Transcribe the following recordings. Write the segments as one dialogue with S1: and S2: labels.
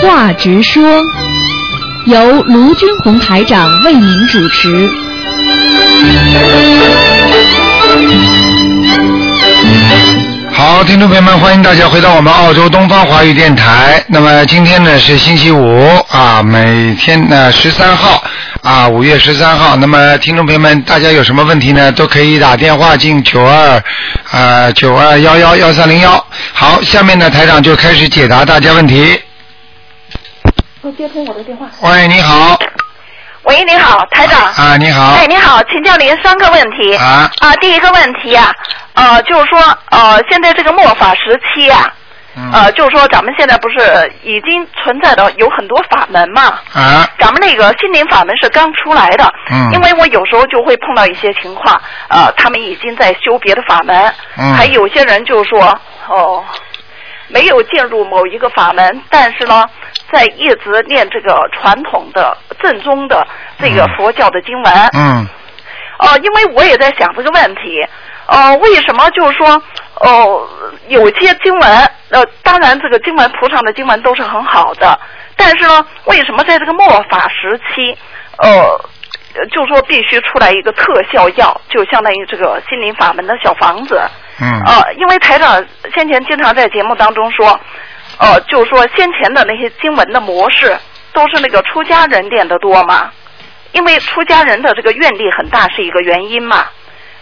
S1: 话直说，由卢军红台长为您主持。
S2: 好，听众朋友们，欢迎大家回到我们澳洲东方华语电台。那么今天呢是星期五啊，每天呢十三号啊，五月十三号。那么听众朋友们，大家有什么问题呢，都可以打电话进九二啊九二幺幺幺三零幺。好，下面呢台长就开始解答大家问题。
S3: 我接通我的电话。
S2: 喂，你好
S4: 喂，你好，台长。
S2: 啊，你好
S4: 哎，你好，请教您三个问
S3: 哎
S4: 题。
S2: 啊，
S4: 啊，第一个问题啊，呃，就是说，呃，现在这个末法时期啊，
S2: 嗯
S4: 呃，就是说咱们现在不是已经存在的有很多法门嘛？
S2: 啊，
S4: 咱们那个心灵法门是刚出来的，
S2: 嗯
S4: 因为我有时候就会碰到一些情况，呃，他们已经在修别的法门，
S2: 嗯
S4: 还有些人就说，哦，没有进入某一个法门，但是呢，在一直念这个传统的正宗的这个
S2: 嗯
S4: 佛教的经文，
S2: 嗯
S4: 哦，因为我也在想这个问题，呃，为什么就是说，哦，有些经文，呃，当然这个经文谱上的经文都是很好的，但是呢，为什么在这个末法时期，呃，呃就说必须出来一个特效药，就相当于这个心灵法门的小房子，
S2: 嗯
S3: 哦
S4: 呃，因为台长先前经常在节目当中说，呃，就说先前的那些经文的模式都是那个出家人念的多嘛，因为出家人的这个愿力很大是一个原因嘛。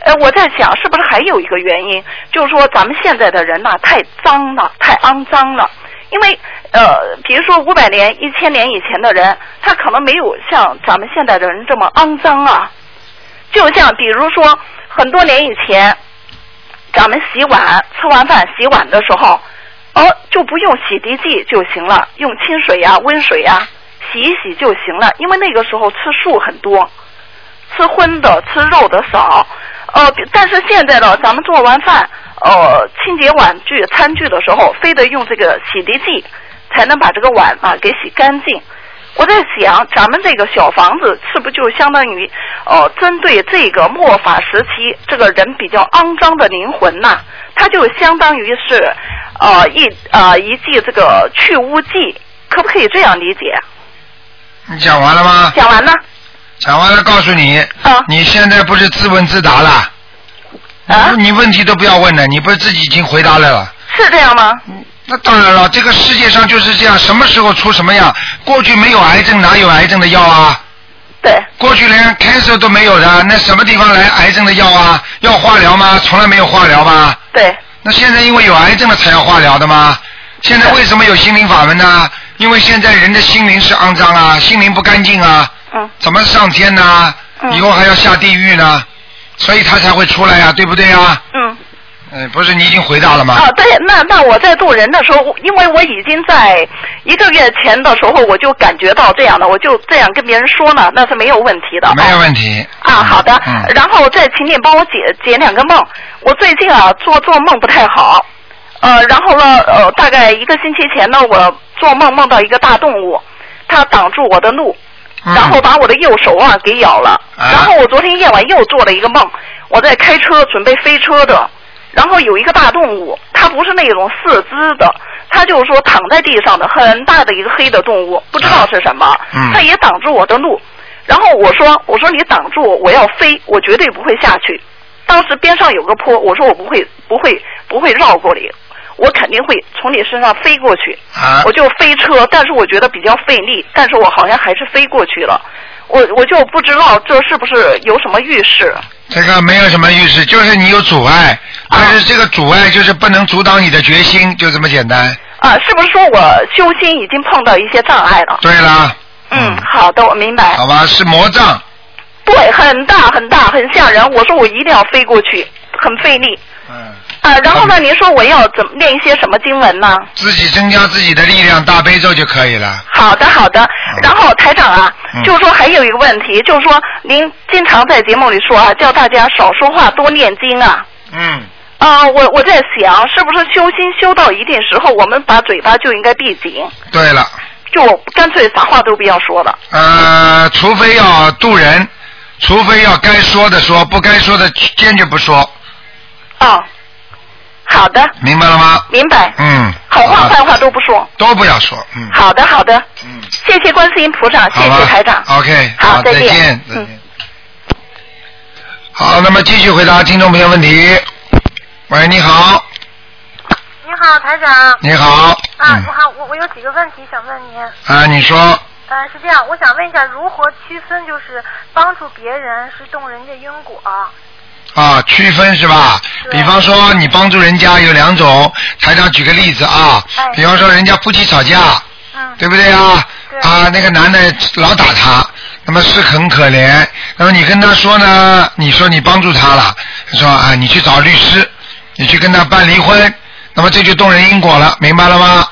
S4: 呃，我在想是不是还有一个原因，就是说咱们现在的人呐、太脏了，太肮脏了。因为呃，比如说五百年、一千年以前的人，他可能没有像咱们现在的人这么肮脏啊。就像比如说很多年以前，咱们洗碗，吃完饭洗碗的时候，哦，就不用洗涤剂就行了，用清水呀、温水呀洗一洗就行了，因为那个时候吃素很多，吃荤的、吃肉的少。呃，但是现在呢，咱们做完饭，呃，清洁碗具、餐具的时候，非得用这个洗涤剂才能把这个碗啊给洗干净。我在想，咱们这个小房子是不是就相当于，呃，针对这个末法时期这个人比较肮脏的灵魂呐、它就相当于是，呃，一呃一剂这个去污剂，可不可以这样理解？
S2: 你讲完了吗？
S4: 讲完了，
S2: 讲完了，告诉你，
S4: 啊
S2: 你现在不是自问自答了？
S4: 啊
S2: 你问题都不要问了，你不是自己已经回答了了？
S4: 是这样吗？
S2: 那当然了，这个世界上就是这样，什么时候出什么样。过去没有癌症，哪有癌症的药啊？
S4: 对，
S2: 过去连 cancer 都没有的，那什么地方来癌症的药啊？要化疗吗？从来没有化疗吧？
S4: 对，
S2: 那现在因为有癌症了才要化疗的吗？现在为什么有心灵法门呢？因为现在人的心灵是肮脏啊，心灵不干净啊，
S4: 嗯，
S2: 怎么上天呢？
S4: 嗯
S2: 以后还要下地狱呢，所以他才会出来呀、啊对不对呀？
S4: 嗯。
S2: 嗯、不是你已经回答了吗？
S4: 啊，对，那那我在渡人的时候，因为我已经在一个月前的时候，我就感觉到这样的，我就这样跟别人说呢，那是没有问题的。
S2: 没有
S4: 哦
S2: 问题。
S4: 啊，好的，
S2: 嗯。
S4: 然后再请你帮我解解两个梦。我最近啊做做梦不太好，呃，然后呢，呃，大概一个星期前呢，我做梦梦到一个大动物，它挡住我的路，
S2: 嗯
S4: 然后把我的右手啊给咬了。
S2: 啊
S4: 然后我昨天夜晚又做了一个梦，我在开车准备飞车的，然后有一个大动物，它不是那种四肢的，它就是说躺在地上的很大的一个黑的动物，不知道是什么，
S2: 嗯
S4: 它也挡住我的路。然后我说我说你挡住我，我要飞，我绝对不会下去。当时边上有个坡，我说我不会不会不会绕过你，我肯定会从你身上飞过去。
S2: 啊
S4: 我就飞车，但是我觉得比较费力，但是我好像还是飞过去了。我我就不知道这是不是有什么预示？
S2: 这个没有什么预示，就是你有阻碍，
S4: 哦
S2: 但是这个阻碍就是不能阻挡你的决心，就这么简单。
S4: 啊，是不是说我修心已经碰到一些障碍了？
S2: 对啦，
S4: 嗯，好的，我明白。
S2: 好吧，是魔障，
S4: 对，很大很大，很吓人。我说我一定要飞过去，很费力。
S2: 嗯，
S4: 啊，然后呢？您说我要怎么念一些什么经文呢？
S2: 自己增加自己的力量，大悲咒就可以了。
S4: 好的，好的。然后台长啊，
S2: 嗯
S4: 就是说还有一个问题，就是说您经常在节目里说啊，叫大家少说话，多念经啊。
S2: 嗯，
S4: 啊、我我在想，是不是修心修到一定时候，我们把嘴巴就应该闭紧，
S2: 对了，
S4: 就干脆啥话都不要说了。
S2: 呃，除非要渡人，除非要该说的说，不该说的坚决不说。
S4: 啊、好的，
S2: 明白了吗？
S4: 明白。
S2: 嗯，
S4: 好话
S2: 好的
S4: 坏话都不说。
S2: 都不要说，嗯，
S4: 好的，好的。
S2: 嗯，
S4: 谢谢观世音菩萨，谢
S2: 好吧
S4: 谢台长。
S2: OK，
S4: 好
S2: 再
S4: 再
S2: 见
S4: 见，嗯
S2: 再见。好，那么继续回答听众朋友问题。喂，你好，
S5: 你好，台长。
S2: 你好，
S5: 啊，
S2: 嗯
S5: 你，好，我我有几个问题想问您。
S2: 啊，你说，
S5: 呃，是这样，我想问一下，如何区分就是帮助别人是动人家因果？
S2: 啊，区分是吧？
S5: 对
S2: 比方说你帮助人家有两种，台长举个例子啊
S4: 嗯
S5: 哎，
S2: 比方说人家夫妻吵架，
S5: 嗯，
S2: 对不对啊？
S5: 对
S2: 啊，那个男的老打他，那么是很可怜。那么你跟他说呢，你说你帮助他了，说啊，你去找律师，你去跟他办离婚，那么这就动人因果了，明白了吗？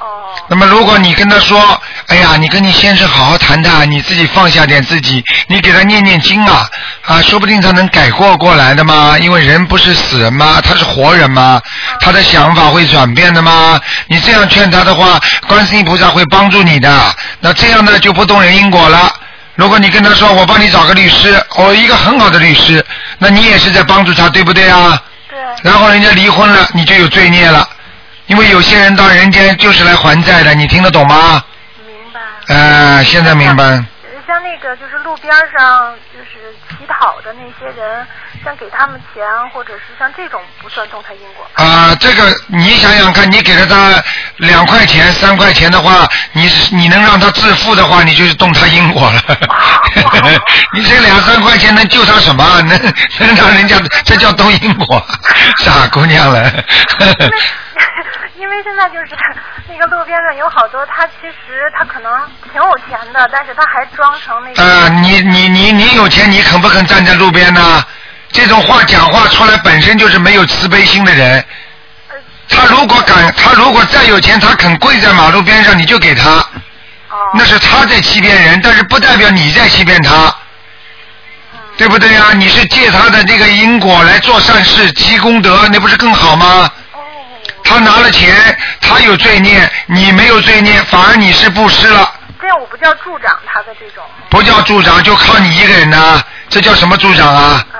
S5: 哦，
S2: 那么如果你跟他说，哎呀，你跟你先生好好谈谈，你自己放下点自己，你给他念念经啊，啊，说不定他能改过过来的嘛。因为人不是死人嘛，他是活人嘛，他的想法会转变的嘛。你这样劝他的话，观世音菩萨会帮助你的。那这样呢，就不动人因果了。如果你跟他说，我帮你找个律师，我、一个很好的律师，那你也是在帮助他，对不对啊？
S5: 对，
S2: 然后人家离婚了，你就有罪孽了，因为有些人到人间就是来还债的，你听得懂吗？
S5: 明白了。
S2: 呃，现在明白。
S5: 呃像那个就是路边上就是乞讨的那些人，像给他们钱，或者是像这种不算动他因果。
S2: 啊、这个你想想看，你给了他两块钱、三块钱的话，你是你能让他致富的话，你就是动他因果了。 你这两三块钱能救他什么啊？能能让人家这叫动因果，傻姑娘了。嗯
S5: 因为 因为现在就是 那个路边上有好多，他其实他可能挺有钱的，但是他还装成那个。
S2: 呃，你你你你有钱，你肯不肯站在路边呢？这种话讲话出来本身就是没有慈悲心的人。他如果敢，他如果再有钱，他肯跪在马路边上，你就给他，
S5: 哦，
S2: 那是他在欺骗人，但是不代表你在欺骗他，
S5: 嗯
S2: 对不对啊？你是借他的这个因果来做善事、积功德，那不是更好吗？
S5: 哦，
S2: 他拿了钱，他有罪孽，你没有罪孽，反而你是布施了。
S5: 这样我不叫助长他的这种，
S2: 不叫助长，就靠你一个人呐、这叫什么助长啊？
S5: 呃，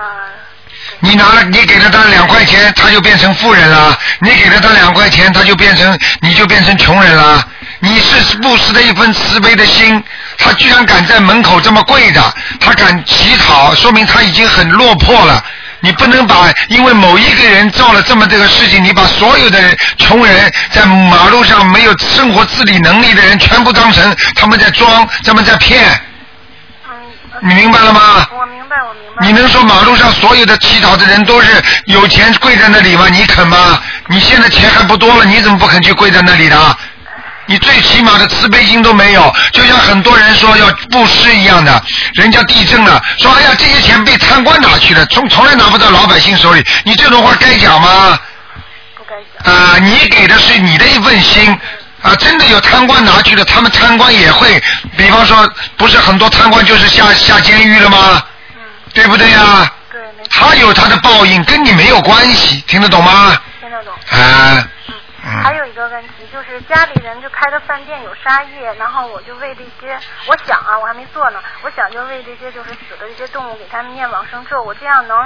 S2: 你拿了，你给了他两块钱，他就变成富人了；你给了他两块钱，他就变成，你就变成穷人了。你是布施的一份慈悲的心，他居然敢在门口这么跪着，他敢乞讨，说明他已经很落魄了。你不能把因为某一个人做了这么这个事情，你把所有的人穷人在马路上没有生活自理能力的人全部当成他们在装，他们在骗，
S5: 嗯，呃
S2: 你明白了吗？
S5: 我明白，我明白。
S2: 你能说马路上所有的乞讨的人都是有钱跪在那里吗？你肯吗？你现在钱还不多了，你怎么不肯去跪在那里的？你最起码的慈悲心都没有，就像很多人说要布施一样的，人家地震了，说哎呀这些钱被贪官拿去了，从从来拿不到老百姓手里，你这种话该讲吗？
S5: 不该讲。
S2: 啊、你给的是你的一份心。啊，真的有贪官拿去了，他们贪官也会，比方说，不是很多贪官就是下下监狱了吗？
S5: 嗯，
S2: 对不对呀、
S5: 对，没错，
S2: 他有他的报应，跟你没有关系，听得懂吗？
S5: 听得懂。
S2: 啊，嗯
S5: 还有一个问题就是家里人就开的饭店有沙业，然后我就为这些，我想啊，我还没做呢，我想就为这些就是死的这些动物给他们念往生咒，我这样 能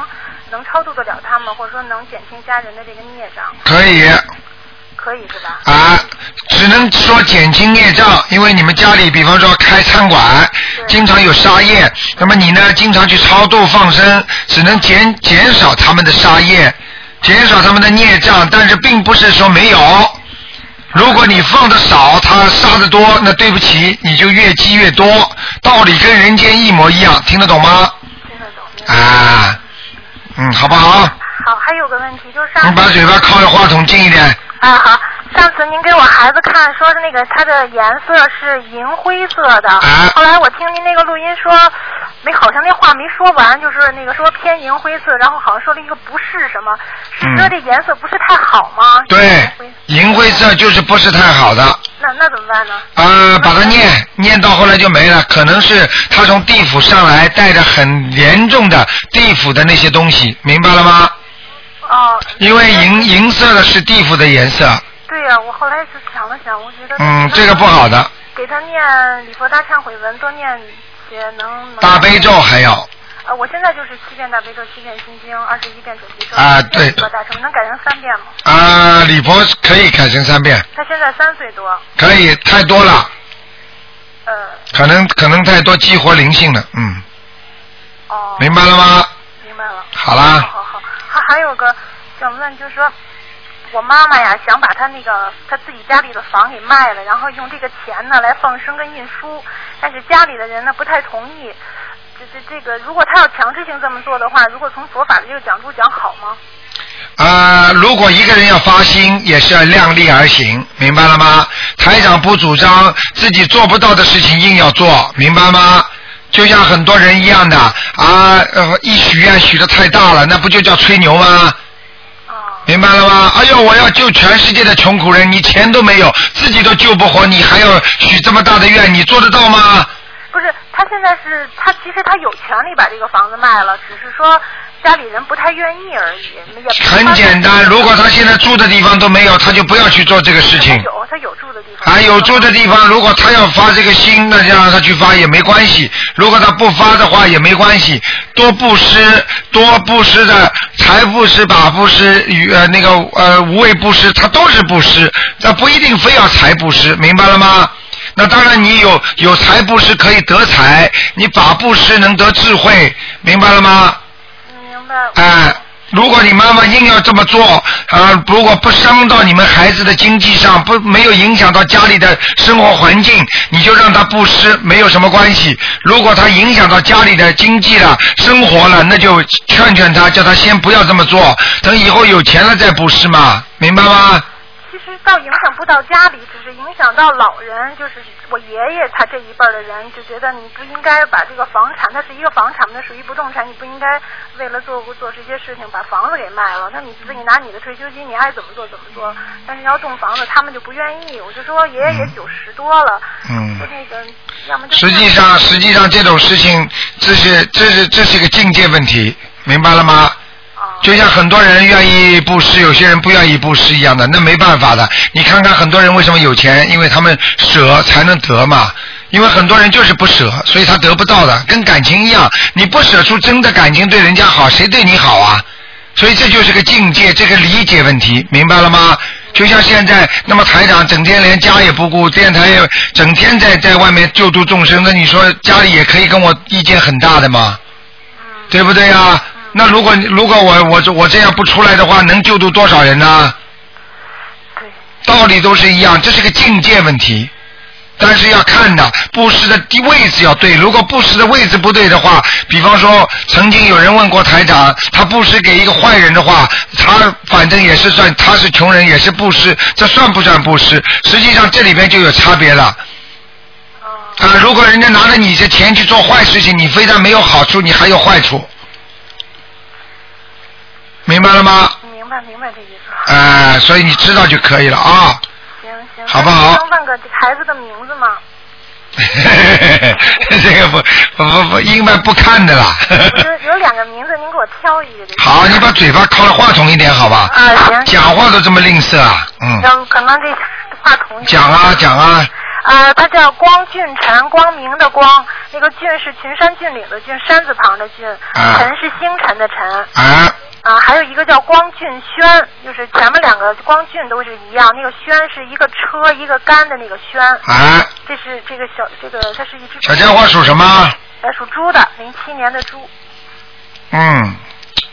S5: 能超度得了他们，或者说能减轻家人的这个孽障，
S2: 可以
S5: 可以是吧？
S2: 啊，只能说减轻业障，因为你们家里，比方说开餐馆，
S5: 对
S2: 经常有杀业，那么你呢，经常去超度放生，只能减减少他们的杀业，减少他们的孽障，但是并不是说没有。如果你放的少，他杀的多，那对不起，你就越积越多，道理跟人间一模一样，听得懂吗？
S5: 听得懂。明白
S2: 啊，嗯，好不好？
S5: 好，还有个问题就是上
S2: 你把嘴巴靠着话筒近一点。
S5: 啊好，上次您给我孩子看，说是那个它的颜色是银灰色的。
S2: 啊
S5: 后来我听您那个录音说，没好像那话没说完，就是那个说偏银灰色，然后好像说了一个不是什么，是
S2: 嗯
S5: 说这颜色不是太好吗？
S2: 对
S5: 银灰，
S2: 银灰色就是不是太好的，
S5: 那那怎么办呢？
S2: 呃，把它念念到后来就没了，可能是他从地府上来，带着很严重的地府的那些东西，明白了吗？
S5: 哦，
S2: 因为银银色的是地府的颜色，
S5: 对呀、我后来就想了想，我觉得
S2: 嗯，这个不好的，
S5: 给他念礼佛大忏悔文，多念些能能
S2: 大悲咒还要，
S5: 啊、呃，我现在就是七遍大悲咒，七遍心经，二十一遍准提咒，
S2: 啊
S5: 一遍
S2: 对
S5: 礼佛大乘，能改成三遍吗？
S2: 啊，礼佛可以改成三遍，
S5: 他现在三岁多，
S2: 可以太多了，
S5: 呃，
S2: 可能可能太多激活灵性了，嗯，
S5: 哦，
S2: 明白了吗？
S5: 明白了。
S2: 好啦
S5: 好好好，还还有个想问，就是说我妈妈呀，想把她那个她自己家里的房给卖了，然后用这个钱呢来放生跟运输，但是家里的人呢不太同意。这这这个，如果她要强制性这么做的话，如果从佛法的这个角度讲，好吗？
S2: 啊，如果一个人要发心，也是要量力而行，明白了吗？台长不主张自己做不到的事情硬要做，明白吗？就像很多人一样的啊，呃，一许愿许的太大了，那不就叫吹牛吗？
S5: 啊、
S2: 明白了吗？哎呦，我要救全世界的穷苦人，你钱都没有，自己都救不活，你还要许这么大的愿，你做得到吗？
S5: 不是，她现在是她其实她有权利把这个房子卖了，只是说家里人不太愿意而已，也不
S2: 很简单，如果他现在住的地方都没有，他就不要去做这个事
S5: 她
S2: 情。
S5: 有她有住的地方，
S2: 啊，有住的地方，如果他要发这个心，那就让他去发也没关系；如果他不发的话也没关系。多布施，多布施的财布施、法布施与呃那个呃无畏布施，他都是布施，那不一定非要财布施，明白了吗？那当然，你有有财布施可以得财，你法布施能得智慧，明白了吗？
S5: 嗯明白？
S2: 哎、如果你妈妈硬要这么做，啊、如果不伤到你们孩子的经济上，不没有影响到家里的生活环境，你就让她布施，没有什么关系。如果她影响到家里的经济了、生活了，那就劝劝她，叫她先不要这么做，等以后有钱了再布施嘛，明白吗？
S5: 其实倒影响不到家里，只是影响到老人，就是我爷爷他这一辈儿的人，就觉得你不应该把这个房产，它是一个房产，它属于不动产，你不应该为了做做这些事情把房子给卖了。那你自己拿你的退休金，你爱怎么做怎么做，但是要动房子，他们就不愿意。我就说爷爷也九十多了，
S2: 嗯
S5: 就那个要么就
S2: 实际上，实际上这种事情，这是这是这是一个境界问题，明白了吗？
S5: 啊，
S2: 就像很多人愿意布施，有些人不愿意布施一样的，那没办法的。你看看很多人为什么有钱，因为他们舍才能得嘛。因为很多人就是不舍，所以他得不到的，跟感情一样，你不舍出真的感情对人家好，谁对你好啊？所以这就是个境界，这个理解问题，明白了吗？就像现在，那么台长整天连家也不顾，电台也整天在在外面救度众生，那你说家里也可以跟我意见很大的吗？
S5: 嗯
S2: 对不对啊？那如果如果我我我这样不出来的话，能救度多少人呢？
S5: 对，
S2: 道理都是一样，这是个境界问题。但是要看的布施的地位置要对，如果布施的位置不对的话，比方说曾经有人问过台长，他布施给一个坏人的话，他反正也是算他是穷人，也是布施，这算不算布施？实际上这里边就有差别了。
S5: 啊
S2: 啊、如果人家拿着你的钱去做坏事情，你非但没有好处，你还有坏处，明白了吗？
S5: 明白明白这意思。
S2: 哎、所以你知道就可以了啊。
S5: 行行，
S2: 好不好
S5: 那能问个孩子的名字吗？
S2: 这个不不不不，应该不看的啦。
S5: 我就有两个名字，您给我挑一个就行。
S2: 呃好，你把嘴巴靠着话筒一点，好吧？
S5: 啊，行。
S2: 讲话都这么吝啬啊，嗯，
S5: 然后可能这话筒。
S2: 讲啊讲啊，
S5: 呃，他叫光俊辰，光明的光，那个俊是群山峻岭的峻，山字旁的峻，
S2: 啊
S5: 辰是星辰的辰。
S2: 啊
S5: 啊，还有一个叫光俊轩，就是前面两个光俊都是一样，那个轩是一个车一个杆的那个轩，
S2: 啊，
S5: 这是这个小这个它是一只
S2: 小家伙属什么？
S5: 呃属猪的，零七年的猪
S2: 嗯，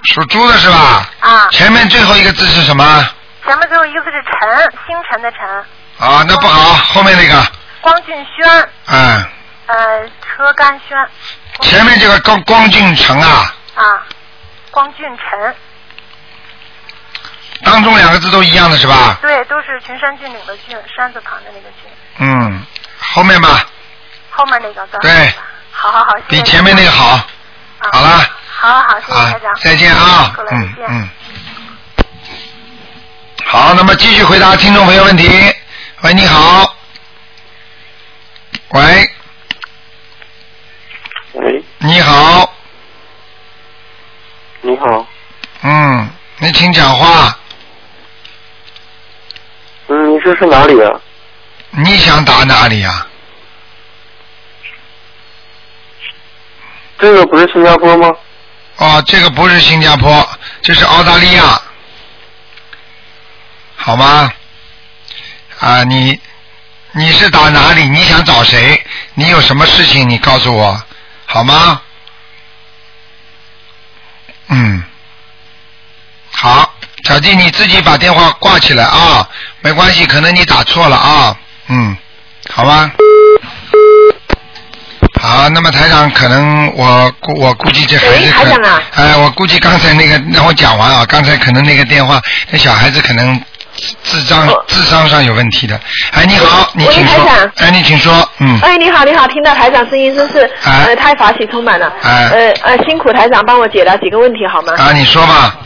S2: 属猪的是吧？
S5: 啊，
S2: 前面最后一个字是什么？
S5: 前面最后一个字是辰，星辰的辰，
S2: 啊，那不好，后面那个，
S5: 光俊轩，
S2: 嗯，
S5: 呃车杆轩
S2: 前面这个光光俊成啊，
S5: 啊，光俊辰。
S2: 当中两个字都一样的是吧？
S5: 对，都是群山峻岭的峻，山字旁的那个峻，
S2: 嗯，后面吧，
S5: 后面那个字。
S2: 对。
S5: 好好好，谢
S2: 比
S5: 谢
S2: 前面那个好。
S5: 啊
S2: 好了
S5: 好好好，谢谢
S2: 啊
S5: 台长。，
S2: 再见啊
S5: 好，嘞
S2: 嗯
S5: 再见
S2: 嗯。好，那么继续回答听众朋友问题。喂，你好。喂，
S6: 喂，
S2: 你好，
S6: 你好，
S2: 嗯，你请讲话。
S6: 嗯，你这是哪里啊？
S2: 你想打哪里啊？
S6: 这个不是新加坡吗？
S2: 哦，这个不是新加坡，这是澳大利亚，好吗？啊，你你是打哪里？你想找谁？你有什么事情？你告诉我，好吗？嗯，好，小弟你自己把电话挂起来啊，没关系，可能你打错了啊，嗯，好吗？好，那么台长可能我估我估计这孩子
S7: 喂
S2: 可
S7: 台长啊
S2: 哎，我估计刚才那个让我讲完啊，刚才可能那个电话，那小孩子可能智障
S7: 哦嗯
S2: 智商上有问题的。哎，你好，你
S7: 喂
S2: 请
S7: 台
S2: 说
S7: 长。
S2: 哎，你请说，嗯，
S7: 哎，你好，你好，听到台长声音真是、
S2: 哎
S7: 呃太法喜充满了。
S2: 哎
S7: 呃呃，辛苦台长帮我解答几个问题好吗？
S2: 啊，你说吧，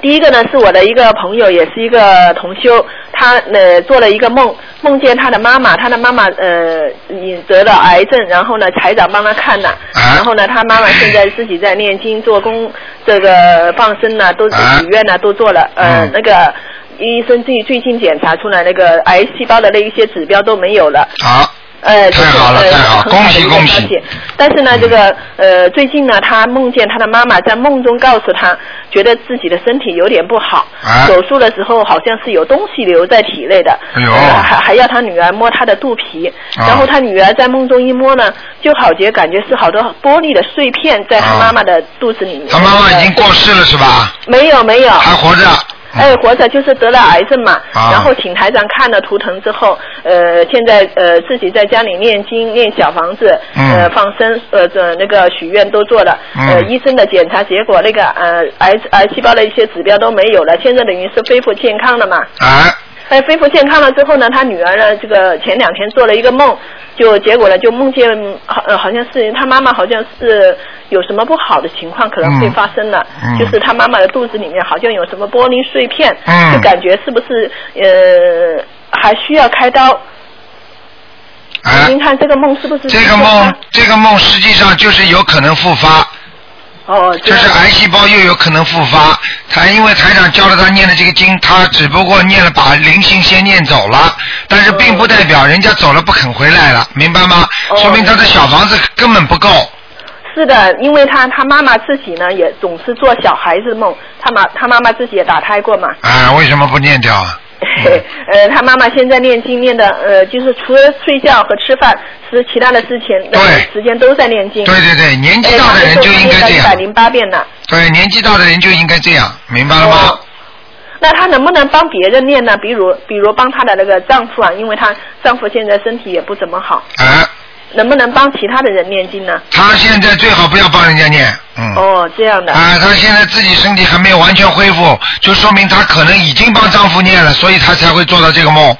S7: 第一个呢是我的一个朋友，也是一个同修，他呃做了一个梦，梦见他的妈妈，他的妈妈呃也得了癌症，然后呢财长帮他看了，
S2: 啊
S7: 然后呢他妈妈现在自己在念经做工，这个放生呢都是
S2: 啊
S7: 许愿呢都做了，呃
S2: 嗯
S7: 那个医生最最近检查出来那个癌细胞的那一些指标都没有了，
S2: 好，
S7: 呃，
S2: 太好了
S7: 就是
S2: 太
S7: 呃
S2: 好
S7: 很
S2: 恭
S7: 的
S2: 喜
S7: 一个
S2: 恭
S7: 消
S2: 喜嗯
S7: 息但是呢，这个呃，最近呢，他梦见他的妈妈在梦中告诉他，觉得自己的身体有点不好，
S2: 啊
S7: 手术的时候好像是有东西留在体内的，
S2: 哎呦
S7: 呃还还要他女儿摸他的肚皮，
S2: 啊
S7: 然后他女儿在梦中一摸呢，就好觉感觉是好多玻璃的碎片在他
S2: 啊
S7: 妈妈的肚子里面。呃
S2: 他妈妈已经过世了是吧？
S7: 没有没有，
S2: 还活着。
S7: 哦哎，活着就是得了癌症嘛，
S2: 啊
S7: 然后请台长看了图腾之后，呃，现在呃自己在家里念经、念小房子，
S2: 嗯
S7: 呃放生，呃这那个许愿都做了，
S2: 嗯
S7: 呃医生的检查结果那个呃癌癌细胞的一些指标都没有了，现在等于是恢复健康了嘛。
S2: 哎，
S7: 哎，恢复健康了之后呢，他女儿呢，这个前两天做了一个梦，就结果呢，就梦见好、呃，好像是他妈妈好像是有什么不好的情况可能会发生了，
S2: 嗯嗯
S7: 就是他妈妈的肚子里面好像有什么玻璃碎片，
S2: 嗯
S7: 就感觉是不是呃还需要开刀？
S2: 哎
S7: 您，看这个梦是不是
S2: 这个梦，这个梦实际上就是有可能复发，
S7: 哦，这
S2: 就
S7: 样
S2: 是癌细胞又有可能复发。他因为台长教了他念的这个经，他只不过念了把灵性先念走了，但是并不代表人家走了不肯回来了，明白吗？
S7: 哦
S2: 说明他的小房子根本不够。
S7: 是的，因为他他妈妈自己呢也总是做小孩子梦，他妈他妈妈自己也打胎过嘛，
S2: 哎，为什么不念掉啊？
S7: 呃，他妈妈现在念经念的，呃，就是除了睡觉和吃饭，是其他的事情的
S2: 对
S7: 时间都在念经。
S2: 对对对，年纪
S7: 哎
S2: 大
S7: 他
S2: 的
S7: 们
S2: 人
S7: 说
S2: 就应
S7: 念
S2: 该
S7: 到
S2: 这
S7: 一百
S2: 样。
S7: 零八遍了。
S2: 对，年纪大的人就应该这样，明白了吗
S7: 哦？那她能不能帮别人念呢？比如，比如帮她的那个丈夫啊，因为她丈夫现在身体也不怎么好，
S2: 哎，
S7: 能不能帮其他的人念经呢？
S2: 他现在最好不要帮人家念，嗯。
S7: 哦，这样的。
S2: 啊，她现在自己身体还没有完全恢复，就说明她可能已经帮丈夫念了，所以她才会做到这个梦，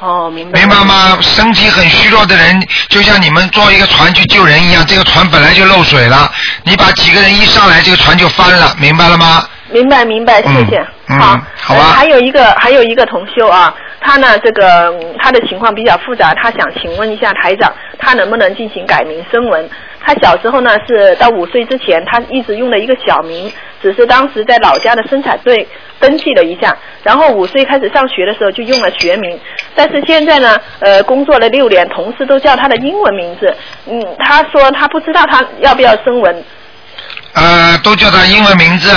S7: 哦，明白。
S2: 明白？吗？身体很虚弱的人，就像你们坐一个船去救人一样，这个船本来就漏水了，你把几个人一上来，这个船就翻了，明白了吗？
S7: 明白明白，谢谢。
S2: 嗯
S7: 好
S2: 嗯，好吧
S7: 呃还有一个还有一个同修啊，他呢这个嗯他的情况比较复杂，他想请问一下台长，他能不能进行改名声纹？他小时候呢是到五岁之前，他一直用的一个小名，只是当时在老家的生产队登记了一下，然后五岁开始上学的时候就用了学名，但是现在呢，呃，工作了六年，同事都叫他的英文名字，嗯，他说他不知道他要不要声纹，
S2: 呃，都叫她英文名字。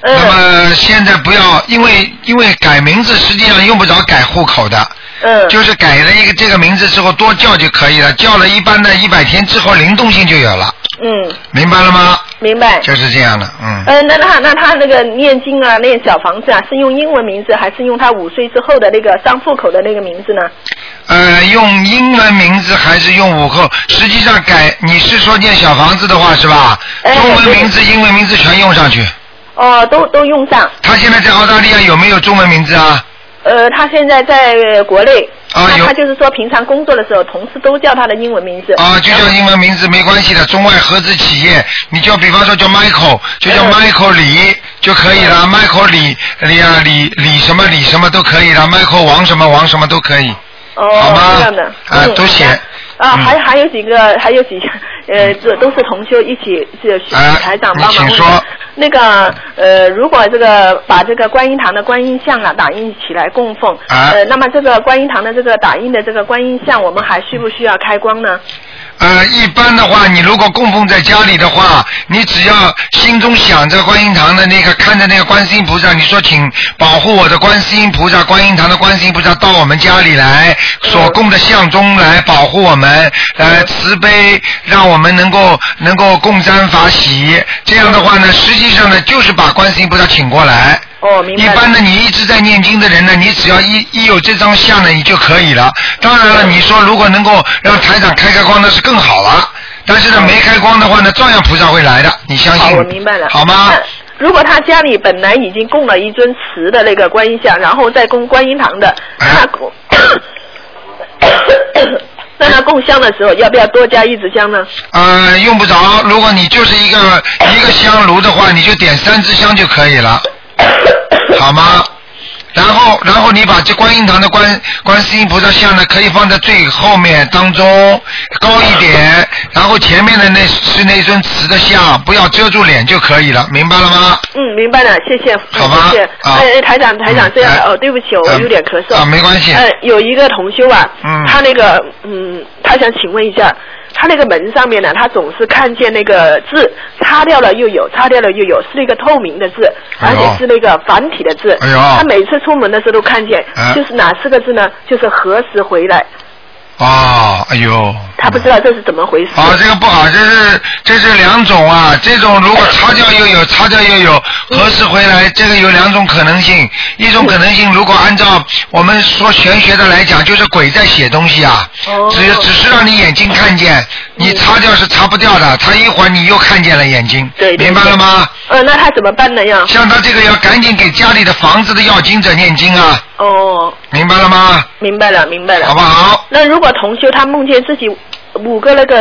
S7: 嗯
S2: 那么现在不要，因为因为改名字实际上用不着改户口的，
S7: 嗯，
S2: 就是改了一个这个名字之后多叫就可以了，叫了一般的一百天之后灵动性就有了，
S7: 嗯，
S2: 明白了吗？
S7: 明白。
S2: 就是这样的， 嗯，
S7: 呃，那那那他那个念经啊，念小房子啊，是用英文名字，还是用他五岁之后的那个上户口的那个名字呢？
S2: 呃，用英文名字还是用午后？实际上改，你是说念小房子的话是吧？
S7: 哎
S2: 中文名字、英文名字全用上去。
S7: 哦，都都用上。
S2: 他现在在澳大利亚有没有中文名字啊？
S7: 呃，他现在在呃国内，
S2: 啊
S7: 那
S2: 有
S7: 他就是说平常工作的时候，同事都叫他的英文名字。
S2: 啊，就叫英文名字没关系的，中外合资企业，你就比方说叫 Michael，就叫
S7: 嗯
S2: Michael 李就可以
S7: 呃
S2: 了，Michael 李李啊李李什么李什么都可以了，Michael 王什么王什么都可以。
S7: 哦，
S2: 好吗
S7: 这样的。
S2: 啊
S7: 嗯
S2: 都写
S7: 好的啊，
S2: 嗯
S7: 还还有几个，还有几个，呃，这都是同修一起，这许
S2: 啊
S7: 台长
S2: 你
S7: 帮忙
S2: 请
S7: 问的。
S2: 说
S7: 那个呃，如果这个把这个观音堂的观音像啊打印起来供奉，
S2: 啊
S7: 呃，那么这个观音堂的这个打印的这个观音像，我们还需不需要开光呢？
S2: 呃，一般的话，你如果供奉在家里的话，你只要心中想着观音堂的那个，看着那个观世音菩萨，你说请保护我的观世音菩萨，观音堂的观世音菩萨到我们家里来，所供的像中来保护我们，来慈悲，让我们能够能够共沾法喜。这样的话呢，实际上呢，就是把观世音菩萨请过来。
S7: 哦，明白。
S2: 一般的，你一直在念经的人呢，你只要一一有这张相呢，你就可以了。当然了，你说如果能够让台长开开光，那是更好了。但是呢，没开光的话呢，照样菩萨会来的，你相
S7: 好，
S2: 信？
S7: 我明白了。
S2: 嗯好吗？
S7: 那如果他家里本来已经供了一尊瓷的那个观音像，然后再供观音堂的，那
S2: 哎
S7: 他供 那他供香的时候要不要多加一支香 呢？
S2: 呃，用不着。如果你就是一个一个香炉的话，你就点三支香就可以了，好吗？然后，然后你把这观音堂的观观世音菩萨像呢，可以放在最后面当中高一点，然后前面的那是那尊瓷的像，不要遮住脸就可以了，明白了吗？
S7: 嗯，明白了，谢谢，
S2: 好吧
S7: 谢谢。
S2: 啊
S7: 哎哎，台长，台长
S2: 嗯，
S7: 这样的
S2: 哎
S7: 哦，对不起，我有点咳嗽。
S2: 啊，没关系。
S7: 呃，有一个同修啊，
S2: 嗯
S7: 他那个，嗯，他想请问一下，他那个门上面呢，他总是看见那个字擦掉了又有，擦掉了又有，是那个透明的字，
S2: 哎
S7: 而
S2: 呦
S7: 且是那个繁体的字。
S2: 哎呦
S7: 他每次出门的时候都看见，
S2: 哎
S7: 就是哪四个字呢？就是何时回来？
S2: 哦，哎呦。
S7: 他不知道这是怎么回事。
S2: 啊，这个不好，这是这是两种啊，这种如果擦掉又有，擦掉又有，何时回来？这个有两种可能性，一种可能性，如果按照我们说玄学的来讲，就是鬼在写东西啊，
S7: 哦嗯
S2: 只只是让你眼睛看见，你擦掉是擦不掉的，他一会儿你又看见了眼睛，
S7: 对对
S2: 明白了吗？
S7: 呃，那他怎么办呢呀？
S2: 像他这个要赶紧给家里的房子的要经者念经啊，
S7: 哦，
S2: 明白了吗？
S7: 明白了，明白了。
S2: 好不好？
S7: 那如果同修他梦见自己五个那个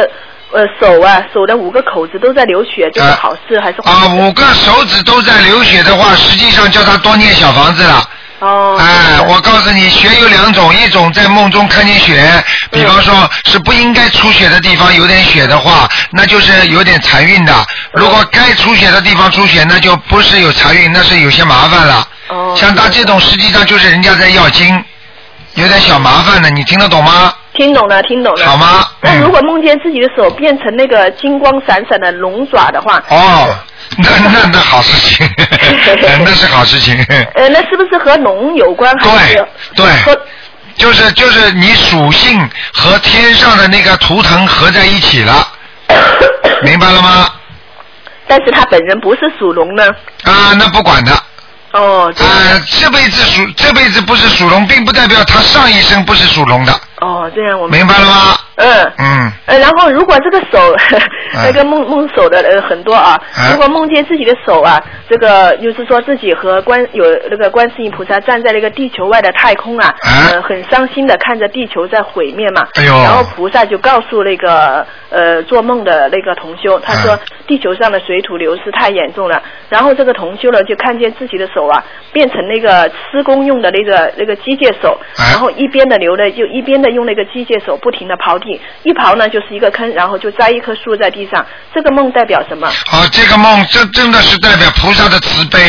S7: 呃手啊，手的五个口子都在流血，这是好事还是坏
S2: 啊，
S7: 事？
S2: 五个手指都在流血的话，实际上叫他多念小房子了。
S7: 哦，
S2: 哎，我告诉你，血有两种，一种在梦中看见血，比方说是不应该出血的地方有点血的话，那就是有点财运的；如果该出血的地方出血，那就不是有财运，那是有些麻烦了。
S7: 哦
S2: 像他这种，实际上就是人家在要经，有点小麻烦的，你听得懂吗？
S7: 听懂了，听懂了。
S2: 好吗？
S7: 哦那如
S2: 嗯。
S7: 果梦见自己的手变成那个金光闪闪的龙爪的话，
S2: 哦，那那那好事情， 那是好事情。
S7: 呃，那是不是和龙有关？还是
S2: 对对
S7: 和
S2: 就是就是你属性和天上的那个图腾合在一起了，明白了吗？
S7: 但是他本人不是属龙呢。
S2: 啊，那不管的，
S7: 哦，这样
S2: 啊，这辈子属这辈子不是属龙，并不代表他上一生不是属龙的，
S7: 哦，这样我们
S2: 明白了吗？
S7: 嗯。
S2: 嗯，
S7: 呃，然后如果这个手，
S2: 哎
S7: 那个梦梦手的呃很多啊
S2: 啊，
S7: 如果梦见自己的手啊，这个就是说自己和观有那个观世音菩萨站在那个地球外的太空啊，
S2: 啊
S7: 呃，很伤心的看着地球在毁灭嘛，
S2: 哎呦
S7: 然后菩萨就告诉那个呃做梦的那个同修，他说
S2: 啊
S7: 地球上的水土流失太严重了，然后这个同修呢就看见自己的手啊变成那个施工用的那个那个机械手，
S2: 啊
S7: 然后一边的流呢，就一边的用那个机械手不停的刨地，一刨呢就是一个坑，然后就栽一棵树在地上。这个梦代表什么？
S2: 好、啊这个梦真真的是代表菩萨的慈悲，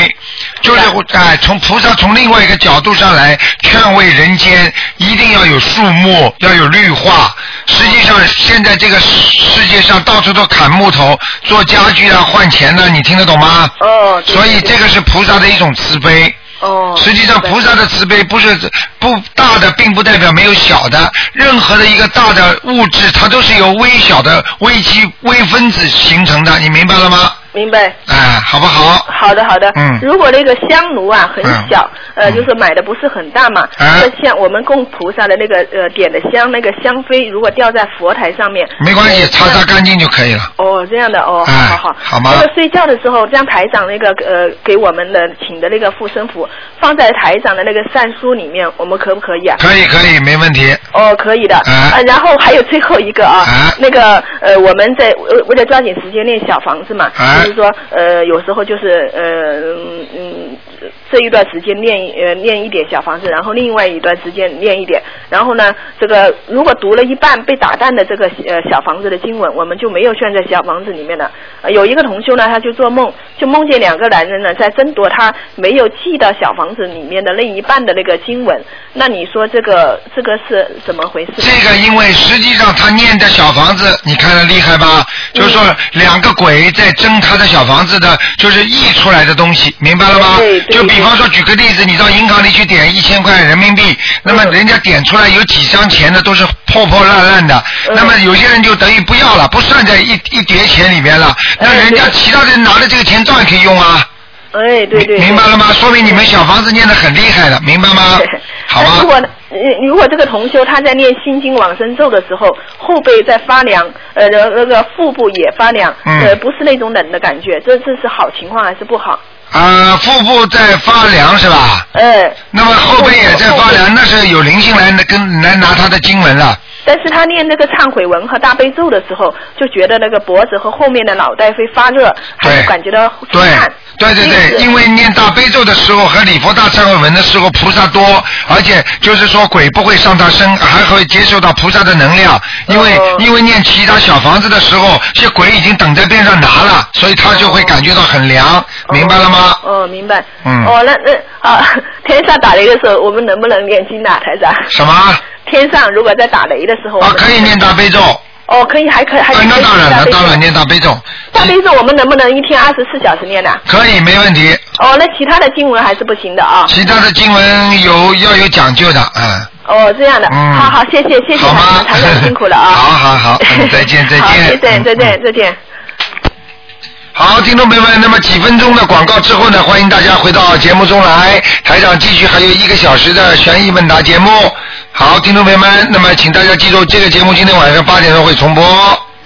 S2: 就是哎，从菩萨从另外一个角度上来劝慰人间，一定要有树木，要有绿化。实际上，现在这个世世界上到处都砍木头做家具啊，换钱呢、你听得懂吗？
S7: 哦，对
S2: 所以这个是菩萨的一种慈悲。
S7: 哦，
S2: 实际上，菩萨的慈悲不是不大的，并不代表没有小的。任何的一个大的物质，它都是由微小的微基微分子形成的，你明白了吗？
S7: 明白。
S2: 哎，好不好？
S7: 好的，好的。
S2: 嗯
S7: 如果那个香炉啊很
S2: 嗯
S7: 小，呃，
S2: 嗯
S7: 就是买的不是很大嘛，
S2: 啊
S7: 那像我们供菩萨的那个呃点的香，那个香灰如果掉在佛台上面，
S2: 没关系
S7: 呃，
S2: 擦擦干净就可以了。
S7: 哦，这样的哦，
S2: 哎
S7: 好好好，
S2: 好吗
S7: 那个睡觉的时候，将台长那个呃给我们的请的那个护身符放在台长的那个善书里面，我们可不可以啊？
S2: 可以，可以，没问题。
S7: 哦，可以的。
S2: 啊
S7: 呃然后还有最后一个啊，
S2: 啊
S7: 那个呃，我们在为为了抓紧时间练小房子嘛，
S2: 啊
S7: 就是说呃，有时候就是呃嗯嗯，
S4: 这一段时间念一呃念一点小房子，然后另外一段时间念一点，然后呢，这个如果读了一半被打断的这个呃小房子的经文，我们就没有算在小房子里面了。呃有一个同修呢，他就做梦，就梦见两个男人呢在争夺他没有记到小房子里面的那一半的那个经文。那你说这个这个是怎么回事？
S2: 这个因为实际上他念的小房子，你看的厉害吧？就是
S4: 嗯
S2: 说两个鬼在争他的小房子的，就是溢出来的东西，明白了吗？
S4: 对对
S2: 就比方说，举个例子，你到银行里去点一千块人民币，
S4: 嗯
S2: 那么人家点出来有几张钱的都是破破烂烂的，
S4: 嗯
S2: 那么有些人就等于不要了，不算在一一叠钱里面了。
S4: 嗯
S2: 那人家其他人拿了这个钱照样可以用啊，
S4: 哎，对对，对
S2: 明白 了吗？说明你们小房子念得很厉害的，明白 吗？好
S4: 那
S2: 吧
S4: 如。果
S7: 嗯
S4: 呃如果这个同修他在念心经往生咒的时候，后背在发凉，呃，那那个腹部也发凉，
S2: 嗯
S4: 呃，不是那种冷的感觉，这这是好情况还是不好？
S2: 啊，腹部在发凉是吧？
S4: 呃，
S2: 那么后背也在发凉，那是有灵性来跟来拿他的经文啊了。
S4: 但是他念那个忏悔文和大悲咒的时候，就觉得那个脖子和后面的脑袋会发热，还
S2: 对
S4: 有感觉到出
S2: 对
S4: 汗。
S2: 对对
S4: 这
S2: 对，
S4: 个是
S2: 因为念大悲咒的时候和礼佛大忏悔文的时候，菩萨多，而且就是说鬼不会上他身，还会接受到菩萨的能量。因为、
S4: 哦
S2: 因为念其他小房子的时候，这鬼已经等在边上拿了，所以他就会感觉到很凉，明白了吗？
S4: 哦，明白。
S2: 嗯
S4: 哦，那那啊，天上打雷的时候，我们能不能念经呢、台长？
S2: 什么？啊，
S4: 天上如果在打雷的时候，我们
S2: 可以念大悲咒。啊，
S4: 哦，可以，还可以，哦还可以
S2: 那当然
S4: 大
S2: 了，
S4: 悲咒
S2: 当然念大悲咒，
S4: 大悲咒我们能不能一天二十四小时念
S7: 啊
S4: 呢、
S2: 可以没问题。
S4: 哦，那其他的经文还是不行的啊。
S2: 其他的经文有要有讲究的，嗯。
S4: 哦，这样的，
S2: 嗯
S4: 好好，谢谢谢谢
S2: 好吗
S4: 台长，台长辛苦了啊。
S2: 好好好嗯再见再见
S4: 好谢谢
S2: 嗯
S4: 再见再见。
S2: 好，听众朋友们，那么几分钟的广告之后呢，欢迎大家回到节目中来，台长继续还有一个小时的悬疑问答节目。好，听众朋友们，那么请大家记住，这个节目今天晚上八点钟会重播。